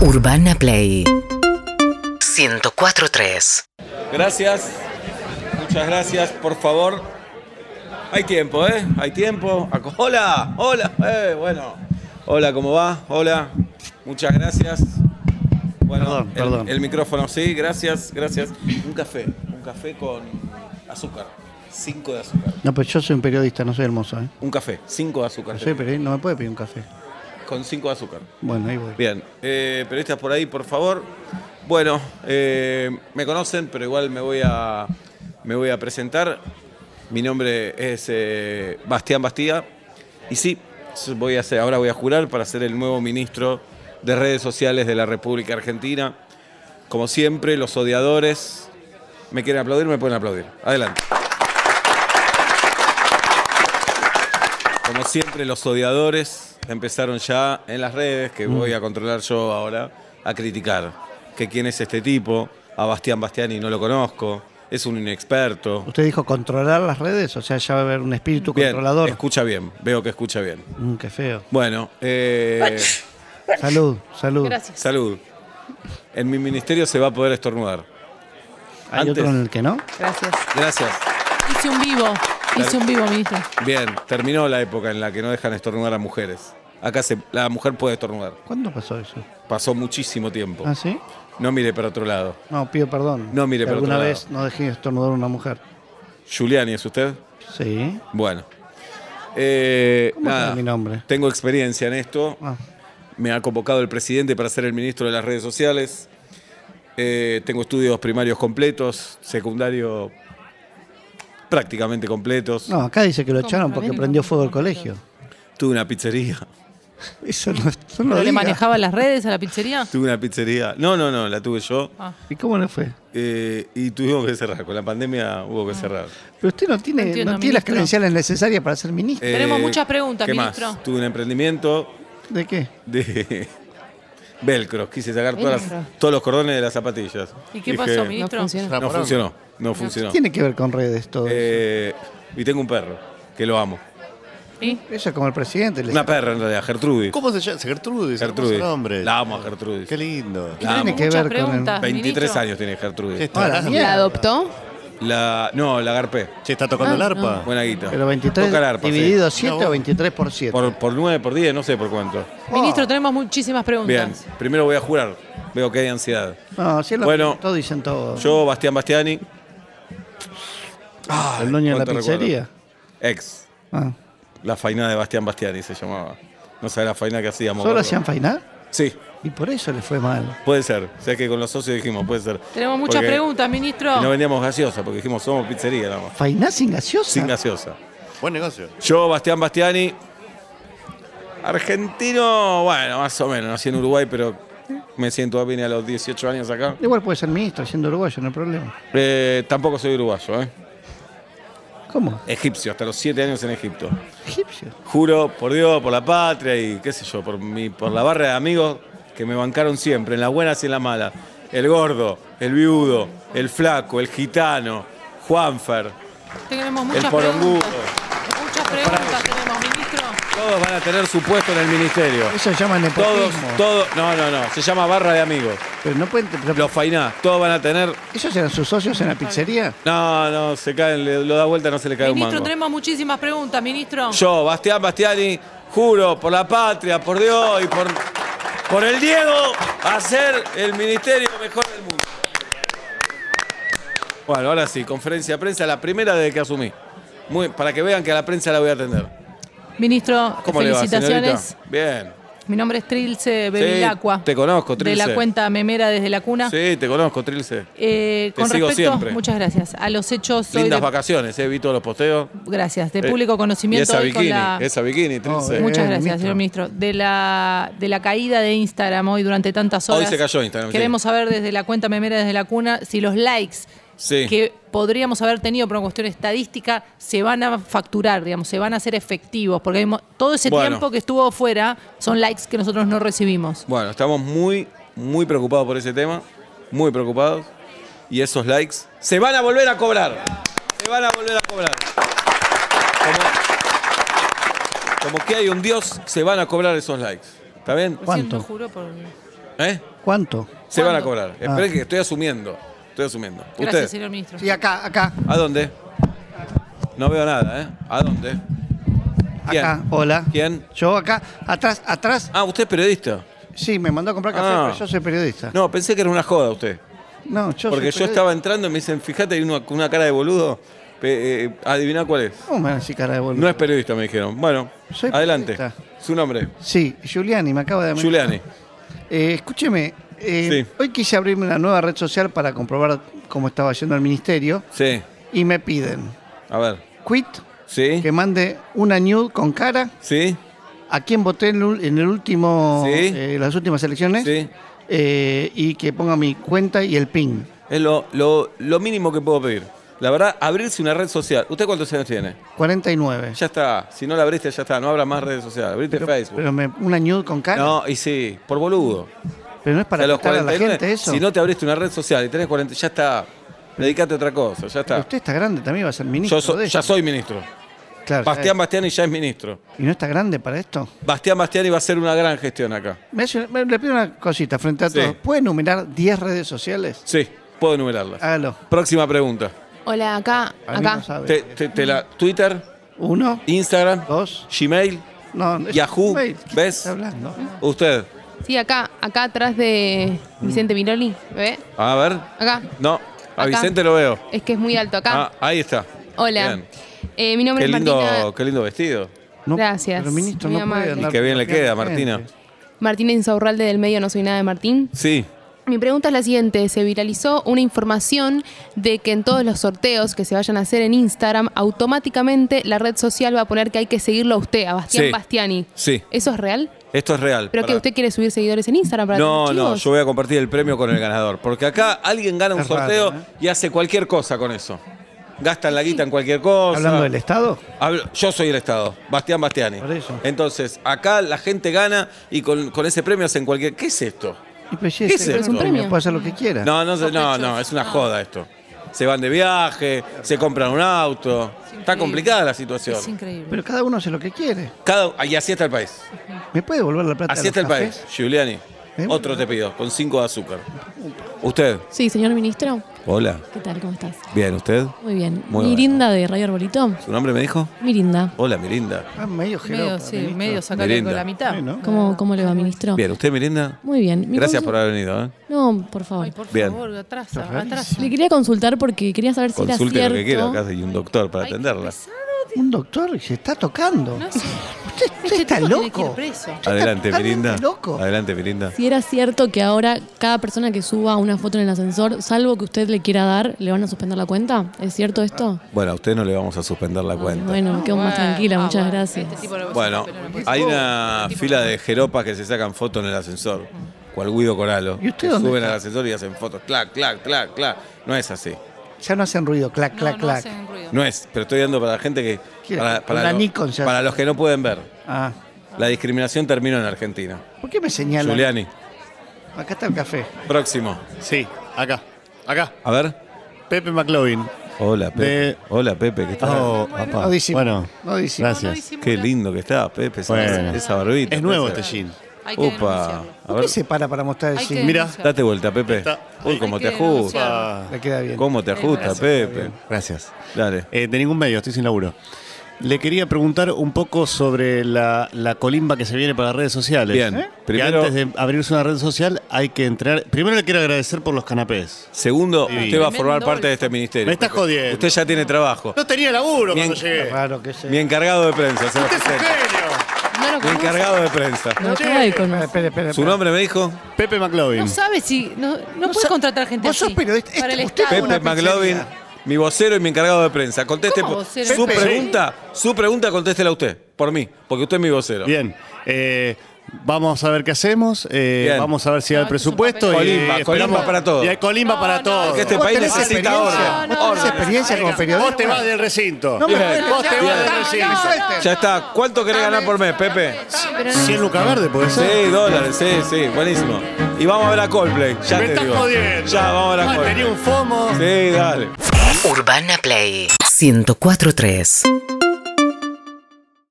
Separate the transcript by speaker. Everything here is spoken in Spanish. Speaker 1: Urbana Play 104.3
Speaker 2: Gracias, muchas gracias, por favor. Hay tiempo, ¿eh? Hay tiempo. Ac- Hola, hola, eh, bueno. Hola, ¿cómo va? Hola, muchas gracias. Bueno,
Speaker 3: Perdón,
Speaker 2: el,
Speaker 3: perdón.
Speaker 2: el micrófono, sí, gracias, gracias. Un café, un café con azúcar, cinco de azúcar.
Speaker 3: No, pues yo soy un periodista, no soy hermoso, ¿eh?
Speaker 2: Un café, cinco de azúcar.
Speaker 3: No soy periodista, no me puede pedir un café.
Speaker 2: Con cinco de azúcar.
Speaker 3: Bueno, ahí voy.
Speaker 2: Bien, eh, periodistas por ahí, por favor. Bueno, eh, me conocen, pero igual me voy a, me voy a presentar. Mi nombre es eh, Bastián Bastía. Y sí, s- voy a hacer, ahora voy a jurar para ser el nuevo ministro de redes sociales de la República Argentina. Como siempre, los odiadores me quieren aplaudir, me pueden aplaudir. Adelante. Como siempre, los odiadores empezaron ya en las redes, que voy a controlar yo ahora, a criticar. Que quién es este tipo, a Bastián Bastiani no lo conozco, es un inexperto.
Speaker 3: Usted dijo controlar las redes, o sea, ya va a haber un espíritu
Speaker 2: Bien,
Speaker 3: controlador.
Speaker 2: escucha bien, veo que escucha bien.
Speaker 3: Mm, qué feo.
Speaker 2: Bueno, eh,
Speaker 3: Salud, salud.
Speaker 4: Gracias.
Speaker 2: salud. En mi ministerio se va a poder estornudar.
Speaker 3: Hay
Speaker 2: Antes-
Speaker 3: otro en el que no.
Speaker 4: Gracias.
Speaker 2: Gracias.
Speaker 4: Hice un vivo. Hice
Speaker 2: Claro.
Speaker 4: un vivo, ministro.
Speaker 2: Bien, terminó la época en la que no dejan estornudar a mujeres. Acá se- la mujer puede estornudar.
Speaker 3: ¿Cuándo pasó eso?
Speaker 2: Pasó muchísimo tiempo.
Speaker 3: ¿Ah, sí?
Speaker 2: No mire para otro lado.
Speaker 3: No, pido perdón.
Speaker 2: No, mire,
Speaker 3: Que
Speaker 2: pero
Speaker 3: Alguna
Speaker 2: otro
Speaker 3: vez no dejé estornudar a una mujer.
Speaker 2: Giuliani, ¿es usted?
Speaker 3: Sí.
Speaker 2: Bueno. Eh,
Speaker 3: ¿Cómo
Speaker 2: nada,
Speaker 3: tiene mi nombre?
Speaker 2: Tengo experiencia en esto.
Speaker 3: Ah,
Speaker 2: Me ha convocado el presidente para ser el ministro de las redes sociales. Eh, tengo estudios primarios completos, secundario prácticamente completos.
Speaker 3: No, acá dice que lo echaron
Speaker 4: Compra,
Speaker 3: porque
Speaker 4: ven,
Speaker 3: prendió
Speaker 4: compra,
Speaker 3: fuego el
Speaker 4: compra.
Speaker 3: colegio.
Speaker 2: Tuve una pizzería.
Speaker 3: Eso no, eso no
Speaker 4: ¿Pero
Speaker 3: lo
Speaker 4: le
Speaker 3: diga.
Speaker 4: manejaba las redes a la pizzería?
Speaker 2: Tuve una pizzería. No, no, no, la tuve yo.
Speaker 4: Ah,
Speaker 3: ¿Y cómo no fue?
Speaker 2: Eh, y tuvimos que cerrar. Con la pandemia hubo que
Speaker 3: Ah.
Speaker 2: cerrar.
Speaker 3: Pero usted no tiene,
Speaker 4: No entiendo,
Speaker 3: no tiene las
Speaker 4: ministro.
Speaker 3: credenciales necesarias para ser ministro.
Speaker 2: Eh,
Speaker 4: Tenemos muchas preguntas,
Speaker 2: ¿qué Más?
Speaker 4: ministro.
Speaker 2: Tuve un emprendimiento
Speaker 3: ¿De qué?
Speaker 2: de velcro. Quise sacar todas las-
Speaker 4: Velcro.
Speaker 2: todos los cordones de las zapatillas.
Speaker 4: ¿Y qué
Speaker 2: Dije,
Speaker 4: pasó, ministro?
Speaker 5: No funciona.
Speaker 2: No funcionó, no funcionó.
Speaker 3: Tiene que ver con redes todo.
Speaker 2: Eh, y tengo un perro, que lo amo.
Speaker 4: ¿Y?
Speaker 3: Eso es como el presidente. le-
Speaker 2: Una perra en realidad, Gertrudis.
Speaker 5: ¿Cómo se llama? Gertrudis.
Speaker 2: Gertrudis.
Speaker 5: Gertrudis. Nombre.
Speaker 2: La amo a Gertrudis.
Speaker 5: Qué lindo.
Speaker 2: La
Speaker 3: tiene
Speaker 2: amo.
Speaker 3: que
Speaker 4: Muchas
Speaker 3: ver con el-
Speaker 4: preguntas,
Speaker 2: 23
Speaker 4: ministro.
Speaker 2: años tiene
Speaker 5: Che,
Speaker 2: Gertrudis.
Speaker 5: está,
Speaker 3: Ahora,
Speaker 5: che,
Speaker 3: mierda.
Speaker 6: ¿La adoptó?
Speaker 2: La, no, la garpé.
Speaker 5: está tocando el arpa.
Speaker 2: Buena guita.
Speaker 3: Pero 23
Speaker 2: Toca el arpa, sí.
Speaker 3: dividido 7
Speaker 5: No,
Speaker 3: o 23 por 7.
Speaker 2: Por, Ah. por 9, por 10, no sé por cuánto.
Speaker 4: Ministro, tenemos muchísimas
Speaker 2: Oh. Bien,
Speaker 4: preguntas.
Speaker 2: primero voy a jurar. Veo que hay ansiedad.
Speaker 3: No, si es lo
Speaker 2: Bueno,
Speaker 3: que todos dicen todo.
Speaker 2: Yo, Bastián Bastiani. Ay,
Speaker 3: el dueño de la
Speaker 2: cuánto recuerdo.
Speaker 3: pizzería.
Speaker 2: Ex.
Speaker 3: Ah.
Speaker 2: La faina de Bastián Bastiani se llamaba. No sabés la faina que hacíamos.
Speaker 3: ¿Solo
Speaker 2: gordo.
Speaker 3: hacían fainá?
Speaker 2: Sí,
Speaker 3: Y por eso le fue mal.
Speaker 2: puede ser. O sea que con los socios dijimos, puede ser.
Speaker 4: Tenemos muchas
Speaker 2: Porque
Speaker 4: preguntas, ministro.
Speaker 2: No vendíamos gaseosa, porque dijimos, somos pizzería nada más.
Speaker 3: ¿Fainá sin gaseosa?
Speaker 2: Sin gaseosa.
Speaker 5: Buen negocio.
Speaker 2: Yo, Bastián Bastiani. Argentino, bueno, más o menos. Nací en Uruguay, pero me siento vine a los 18 años acá.
Speaker 3: Igual puede ser ministro, siendo uruguayo, no hay problema.
Speaker 2: Eh, tampoco soy uruguayo, ¿eh?
Speaker 3: ¿Cómo?
Speaker 2: Egipcio, hasta los 7 años en Egipto.
Speaker 3: Egipcio.
Speaker 2: Juro por Dios, por la patria y qué sé yo, por, mi, por la barra de amigos que me bancaron siempre, en las buenas y en las malas. El gordo, el viudo, el flaco, el gitano, Juanfer,
Speaker 4: Tenemos
Speaker 2: el
Speaker 4: muchas
Speaker 2: porongudo.
Speaker 4: preguntas. Muchas preguntas tenemos, ministro.
Speaker 2: Todos van a tener su puesto en el ministerio.
Speaker 3: Eso se llama
Speaker 2: Todos,
Speaker 3: nepotismo.
Speaker 2: todos, no, no, no, se llama barra de amigos.
Speaker 3: Pero no pueden... pero-
Speaker 2: Los fainá, todos van a tener.
Speaker 3: ¿Esos eran sus socios en la pizzería?
Speaker 2: No, no, se caen, le- lo da vuelta, no se le cae un
Speaker 4: Ministro,
Speaker 2: mango.
Speaker 4: tenemos muchísimas preguntas, ministro.
Speaker 2: Yo, Bastián Bastiani, juro por la patria, por Dios y por, por el Diego, hacer el ministerio mejor del mundo. Bueno, ahora sí, conferencia de prensa, la primera desde que asumí. Muy, para que vean que a la prensa la voy a atender.
Speaker 4: Ministro,
Speaker 2: ¿Cómo le va, señorita?
Speaker 4: felicitaciones.
Speaker 2: Bien.
Speaker 4: Mi nombre es Trilce Bevilacqua.
Speaker 2: te conozco,
Speaker 4: De
Speaker 2: Trilce.
Speaker 4: la cuenta memera desde la cuna.
Speaker 2: Sí, te conozco, Trilce.
Speaker 4: Eh,
Speaker 2: Te
Speaker 4: con
Speaker 2: sigo
Speaker 4: respecto,
Speaker 2: siempre.
Speaker 4: muchas gracias. A los hechos soy
Speaker 2: Lindas
Speaker 4: de-
Speaker 2: vacaciones, eh, vi todos los posteos.
Speaker 4: Gracias, de público
Speaker 2: Eh,
Speaker 4: conocimiento.
Speaker 2: Y esa
Speaker 4: hoy con
Speaker 2: bikini,
Speaker 4: la-
Speaker 2: esa bikini, Trilce.
Speaker 3: eh,
Speaker 4: Muchas gracias,
Speaker 3: ministro.
Speaker 4: señor ministro. De la, de la caída de Instagram hoy durante tantas horas.
Speaker 2: Hoy se cayó Instagram, sí.
Speaker 4: Queremos saber desde la cuenta memera, desde la cuna, si los likes
Speaker 2: Sí.
Speaker 4: que podríamos haber tenido por una cuestión estadística se van a facturar, digamos, se van a hacer efectivos. Porque hay mo- todo ese
Speaker 2: Bueno.
Speaker 4: tiempo que estuvo fuera son likes que nosotros no recibimos.
Speaker 2: Bueno, estamos muy, muy preocupados por ese tema, muy preocupados. Y esos likes se van a volver a cobrar. Se van a volver a cobrar. Como, como que hay un Dios, se van a cobrar esos likes. ¿Está bien?
Speaker 3: ¿Cuánto?
Speaker 4: Recién lo juró por-
Speaker 2: ¿Eh?
Speaker 3: ¿Cuánto?
Speaker 2: Se van a cobrar.
Speaker 4: ¿Cuándo?
Speaker 2: Esperen que estoy asumiendo. Estoy asumiendo.
Speaker 4: Gracias,
Speaker 2: ¿Usted?
Speaker 4: señor ministro.
Speaker 3: Sí, acá, acá,
Speaker 2: ¿A dónde? No veo nada, ¿eh? ¿A dónde? ¿Quién?
Speaker 3: acá. Hola.
Speaker 2: ¿Quién?
Speaker 3: Yo acá, atrás, atrás.
Speaker 2: Ah, usted es periodista.
Speaker 3: Sí, me mandó a comprar café,
Speaker 2: Ah.
Speaker 3: pero yo soy periodista.
Speaker 2: No, pensé que era una joda usted.
Speaker 3: No, yo
Speaker 2: Porque
Speaker 3: soy
Speaker 2: yo
Speaker 3: periodista.
Speaker 2: estaba entrando y me dicen, fíjate, hay uno con una cara de boludo. Pe- eh, adivina cuál es.
Speaker 3: ¿Cómo me van a decir cara de boludo?
Speaker 2: No es periodista, me dijeron. Bueno,
Speaker 3: Soy
Speaker 2: adelante.
Speaker 3: periodista.
Speaker 2: Su nombre,
Speaker 3: Sí, Giuliani, me acaba de
Speaker 2: Giuliani.
Speaker 3: Eh, escúcheme, eh,
Speaker 2: Sí.
Speaker 3: hoy quise abrirme una nueva red social para comprobar cómo estaba yendo el ministerio
Speaker 2: Sí,
Speaker 3: y me piden,
Speaker 2: a ver.
Speaker 3: quit,
Speaker 2: Sí,
Speaker 3: que mande una nude con cara
Speaker 2: sí,
Speaker 3: a quien voté en, el ul- en el último,
Speaker 2: Sí.
Speaker 3: eh, las últimas elecciones
Speaker 2: sí.
Speaker 3: eh, y que ponga mi cuenta y el PIN.
Speaker 2: Es lo, lo, lo mínimo que puedo pedir. La verdad, abrirse una red social. ¿Usted cuántos años tiene?
Speaker 3: 49.
Speaker 2: Ya está. Si no la abriste, ya está. No abra más redes sociales. Abriste
Speaker 3: Pero,
Speaker 2: Facebook.
Speaker 3: pero me- una nude con cara,
Speaker 2: no, y sí, por boludo.
Speaker 3: pero no es para
Speaker 2: a los
Speaker 3: afectar a la
Speaker 2: 49,
Speaker 3: gente eso.
Speaker 2: Si no te abriste una red social y tenés 40, ya está. Dedicate a otra cosa, ya
Speaker 3: Pero
Speaker 2: está.
Speaker 3: usted está grande también, va a ser ministro
Speaker 2: Yo so-
Speaker 3: de
Speaker 2: ya
Speaker 3: eso.
Speaker 2: soy ministro.
Speaker 3: Claro,
Speaker 2: Bastián Bastiani ya es ministro.
Speaker 3: ¿Y no está grande para esto?
Speaker 2: Bastián Bastiani va a hacer una gran gestión acá.
Speaker 3: Me hace una- me- le pido una cosita frente a
Speaker 2: Sí.
Speaker 3: todos. ¿Puede enumerar 10 redes sociales?
Speaker 2: Sí, puedo enumerarlas.
Speaker 3: Hágalo.
Speaker 2: Próxima pregunta.
Speaker 1: Hola, acá,
Speaker 3: Para mí
Speaker 1: acá.
Speaker 3: no sabe.
Speaker 2: Te- te- te la- Twitter,
Speaker 3: Uno,
Speaker 2: Instagram,
Speaker 3: dos,
Speaker 2: Gmail.
Speaker 3: no, es-
Speaker 2: Yahoo,
Speaker 3: Ey, ¿qué
Speaker 2: ¿ves?
Speaker 3: está hablando?
Speaker 2: Usted.
Speaker 1: Sí, acá, acá atrás de Vicente Miroli, ¿ve?
Speaker 2: A ver.
Speaker 1: Acá.
Speaker 2: No, a
Speaker 1: Acá.
Speaker 2: Vicente lo veo.
Speaker 1: Es que es muy alto acá.
Speaker 2: Ah, ahí está.
Speaker 1: Hola.
Speaker 2: Bien.
Speaker 1: Eh, mi nombre
Speaker 2: Qué
Speaker 1: es Martina,
Speaker 2: lindo, qué lindo vestido.
Speaker 3: No,
Speaker 1: Gracias,
Speaker 3: Pero ministro,
Speaker 1: muy
Speaker 3: no puede
Speaker 1: amable.
Speaker 3: andar
Speaker 2: Y qué bien le
Speaker 3: golpeando
Speaker 2: queda,
Speaker 3: gente.
Speaker 2: Martina.
Speaker 1: Martina Insaurralde del medio No Soy Nada de Martín.
Speaker 2: Sí.
Speaker 1: Mi pregunta es la siguiente. Se viralizó una información de que en todos los sorteos que se vayan a hacer en Instagram, automáticamente la red social va a poner que hay que seguirlo a usted, a Bastián
Speaker 2: Sí.
Speaker 1: Bastiani.
Speaker 2: Sí.
Speaker 1: ¿Eso es real?
Speaker 2: Esto es real.
Speaker 1: ¿Pero que
Speaker 2: Pará.
Speaker 1: usted quiere subir seguidores en Instagram para
Speaker 2: No,
Speaker 1: tener
Speaker 2: no,
Speaker 1: chivos?
Speaker 2: yo voy a compartir el premio con el ganador. Porque acá alguien gana un
Speaker 3: Es raro,
Speaker 2: sorteo
Speaker 3: ¿eh?
Speaker 2: y hace cualquier cosa con eso. Gastan la guita en cualquier cosa.
Speaker 3: ¿Hablando del Estado?
Speaker 2: Hablo- yo soy el Estado, Bastián Bastiani.
Speaker 3: Por eso.
Speaker 2: Entonces, acá la gente gana y con, con ese premio hacen cualquier. ¿Qué es esto?
Speaker 3: Y pues, sí,
Speaker 2: ¿Qué
Speaker 3: sí,
Speaker 2: es esto?
Speaker 1: un premio.
Speaker 3: Puede hacer lo que quiera.
Speaker 2: No, no, se- no, no, es una joda esto. Se van de viaje, se compran un auto. Está complicada la
Speaker 4: Es
Speaker 2: situación.
Speaker 4: increíble.
Speaker 3: Pero cada uno hace lo que quiere.
Speaker 2: Cada, y así está el país.
Speaker 3: ¿Me puede devolver la plata?
Speaker 2: Así
Speaker 3: de
Speaker 2: está el
Speaker 3: los
Speaker 2: país.
Speaker 3: cafés?
Speaker 2: Giuliani,
Speaker 3: ¿Eh?
Speaker 2: otro te pido, con cinco de azúcar. Usted.
Speaker 6: Sí, señor ministro.
Speaker 2: Hola.
Speaker 6: ¿Qué tal? ¿Cómo estás?
Speaker 2: Bien, ¿usted?
Speaker 6: Muy bien.
Speaker 2: Muy
Speaker 6: Mirinda de Radio Arbolito.
Speaker 2: ¿Su nombre me dijo?
Speaker 6: Mirinda.
Speaker 2: Hola, Mirinda.
Speaker 3: Ah, medio
Speaker 4: Medio,
Speaker 3: jeropa,
Speaker 4: sí,
Speaker 3: ministro.
Speaker 4: medio sacarle
Speaker 2: Merienda.
Speaker 4: con la mitad.
Speaker 3: Sí, ¿no?
Speaker 6: ¿Cómo, cómo le va, ministro?
Speaker 2: Bien, ¿usted, Mirinda?
Speaker 6: Muy bien. Mi
Speaker 2: Gracias
Speaker 6: consu-
Speaker 2: por haber venido. ¿eh?
Speaker 6: No, por favor.
Speaker 4: Ay, por
Speaker 2: Bien.
Speaker 4: favor, atrasa,
Speaker 3: Está rarísimo.
Speaker 4: atrasa.
Speaker 6: Le quería consultar porque quería saber si
Speaker 2: Consulte
Speaker 6: era
Speaker 2: lo que quiera,
Speaker 6: cierto.
Speaker 2: acá hay un doctor para atenderla.
Speaker 3: Un doctor se está tocando.
Speaker 4: No sé.
Speaker 3: Usted, usted
Speaker 4: Este
Speaker 3: está
Speaker 4: tipo tiene que ir
Speaker 3: loco.
Speaker 4: preso.
Speaker 3: está
Speaker 2: Adelante,
Speaker 3: totalmente
Speaker 2: Mirinda.
Speaker 3: loco.
Speaker 2: Adelante, Mirinda.
Speaker 6: Si era cierto que ahora cada persona que suba una foto en el ascensor, salvo que usted le quiera dar, le van a suspender la cuenta. ¿Es cierto esto?
Speaker 2: Bueno, a usted no le vamos a suspender la cuenta.
Speaker 6: Bueno, me quedo más
Speaker 4: Bueno,
Speaker 6: tranquila.
Speaker 4: ah,
Speaker 6: Muchas
Speaker 4: bueno,
Speaker 6: gracias.
Speaker 4: este tipo lo-
Speaker 2: Bueno, hay una fila de jeropas que se sacan fotos en el ascensor. Cual Guido Coralo.
Speaker 3: ¿Y usted
Speaker 2: Que
Speaker 3: dónde
Speaker 2: Suben
Speaker 3: está?
Speaker 2: al ascensor y hacen fotos. Clac, clac, clac, clac. No es así.
Speaker 3: Ya no hacen ruido, clac,
Speaker 4: No,
Speaker 3: clac,
Speaker 4: no
Speaker 3: clac.
Speaker 4: hacen ruido.
Speaker 2: No es. Pero estoy dando para la gente que.
Speaker 3: ¿Quién?
Speaker 2: Para, para
Speaker 3: Una
Speaker 2: lo-
Speaker 3: Nikon ya.
Speaker 2: para los que no pueden ver.
Speaker 3: Ah,
Speaker 2: La discriminación terminó en Argentina.
Speaker 3: ¿por qué me señalan?
Speaker 2: Giuliani,
Speaker 3: Acá está el café.
Speaker 2: próximo.
Speaker 5: Sí, acá. Acá.
Speaker 2: A ver.
Speaker 5: Pepe McLovin.
Speaker 2: Hola, Pepe.
Speaker 5: De-
Speaker 2: Hola, Pepe. ¿Qué tal?
Speaker 5: Oh, apa.
Speaker 3: No disimula.
Speaker 5: Bueno,
Speaker 3: No disimula.
Speaker 5: gracias.
Speaker 4: disimula.
Speaker 2: Qué lindo que está, Pepe. esa-
Speaker 5: Bueno.
Speaker 2: Esa barbita.
Speaker 5: Es nuevo
Speaker 2: Pepe.
Speaker 5: este jean.
Speaker 4: Hay que
Speaker 2: Upa.
Speaker 4: denunciarlo.
Speaker 2: A
Speaker 3: ¿Por
Speaker 2: ver,
Speaker 3: qué se para para mostrar el
Speaker 4: Hay que
Speaker 3: jean?
Speaker 5: Mira.
Speaker 4: denunciarlo.
Speaker 2: date vuelta, Pepe.
Speaker 5: Está.
Speaker 2: Uy,
Speaker 5: Hay
Speaker 2: cómo
Speaker 4: que
Speaker 2: te ajusta.
Speaker 4: denunciarlo.
Speaker 5: Ah,
Speaker 3: Le queda bien.
Speaker 2: Cómo te ajusta, Pepe.
Speaker 5: Gracias.
Speaker 2: Dale.
Speaker 5: Eh, de ningún medio, estoy sin laburo. Le quería preguntar un poco sobre la, la colimba que se viene para las redes sociales.
Speaker 2: Bien,
Speaker 5: ¿Eh?
Speaker 2: primero-
Speaker 5: Que antes de abrirse una red social hay que entrar. Primero le quiero agradecer por los canapés.
Speaker 2: Segundo,
Speaker 5: Sí.
Speaker 2: usted va a formar
Speaker 4: Tremendo
Speaker 2: parte de
Speaker 4: bolso.
Speaker 2: este ministerio.
Speaker 5: Me estás
Speaker 2: Pepe.
Speaker 5: jodiendo.
Speaker 2: Usted ya tiene trabajo.
Speaker 5: No tenía laburo
Speaker 2: Bien.
Speaker 5: cuando llegué.
Speaker 3: Raro que se.
Speaker 2: Mi encargado de prensa. se lo
Speaker 5: ¡Usted es un
Speaker 2: presento.
Speaker 5: genio!
Speaker 1: No lo
Speaker 2: Mi
Speaker 1: conozco.
Speaker 2: encargado de prensa.
Speaker 6: No acaba de
Speaker 3: Espera,
Speaker 6: conocer.
Speaker 3: espera, espera,
Speaker 2: ¿Su
Speaker 3: espera.
Speaker 2: nombre me dijo?
Speaker 5: Pepe McLovin.
Speaker 4: No sabe si. No, no,
Speaker 3: No
Speaker 4: puede
Speaker 3: sa-
Speaker 4: contratar gente
Speaker 3: vos
Speaker 4: así.
Speaker 3: sos periodista.
Speaker 4: Para el
Speaker 3: Este- usted
Speaker 4: Estado.
Speaker 3: es una
Speaker 2: Pepe McLovin, mi vocero y mi encargado de prensa. Conteste
Speaker 4: ¿Cómo
Speaker 2: por-
Speaker 4: vocero?
Speaker 2: su
Speaker 5: Pepe.
Speaker 2: pregunta, su pregunta contéstela usted, por mí, porque usted es mi vocero.
Speaker 5: Bien. eh, Vamos a ver qué hacemos, eh,
Speaker 2: Bien.
Speaker 5: vamos a ver si da el
Speaker 4: No, esto es un
Speaker 5: presupuesto.
Speaker 4: papel.
Speaker 5: y
Speaker 2: Colimba,
Speaker 5: esperamos-
Speaker 2: colimba para todos.
Speaker 5: Y hay colimba
Speaker 4: No,
Speaker 5: para
Speaker 4: no,
Speaker 5: todos.
Speaker 4: no,
Speaker 2: Que este
Speaker 3: ¿Vos
Speaker 2: país
Speaker 3: tenés
Speaker 2: necesita
Speaker 3: experiencia?
Speaker 2: orden.
Speaker 4: No, no,
Speaker 3: ¿Vos tenés
Speaker 2: Orden.
Speaker 3: experiencia como periodista?
Speaker 5: Vos te vas del recinto.
Speaker 3: No me
Speaker 2: Bien.
Speaker 3: puedes
Speaker 5: Vos te
Speaker 3: echar.
Speaker 5: vas del
Speaker 2: Bien.
Speaker 5: recinto.
Speaker 4: No, no,
Speaker 2: Ya está. ¿Cuánto querés ganar por mes, Pepe?
Speaker 5: 100 lucas verde, puede ser.
Speaker 2: 6 dólares, sí, sí, buenísimo. Y vamos a ver a Coldplay, ya
Speaker 5: Me
Speaker 2: te
Speaker 5: estás
Speaker 2: digo.
Speaker 5: jodiendo.
Speaker 2: Ya, vamos a ver a
Speaker 5: Ah,
Speaker 2: Coldplay.
Speaker 5: Tenía un FOMO.
Speaker 2: Sí, dale.
Speaker 7: Urbana Play 1043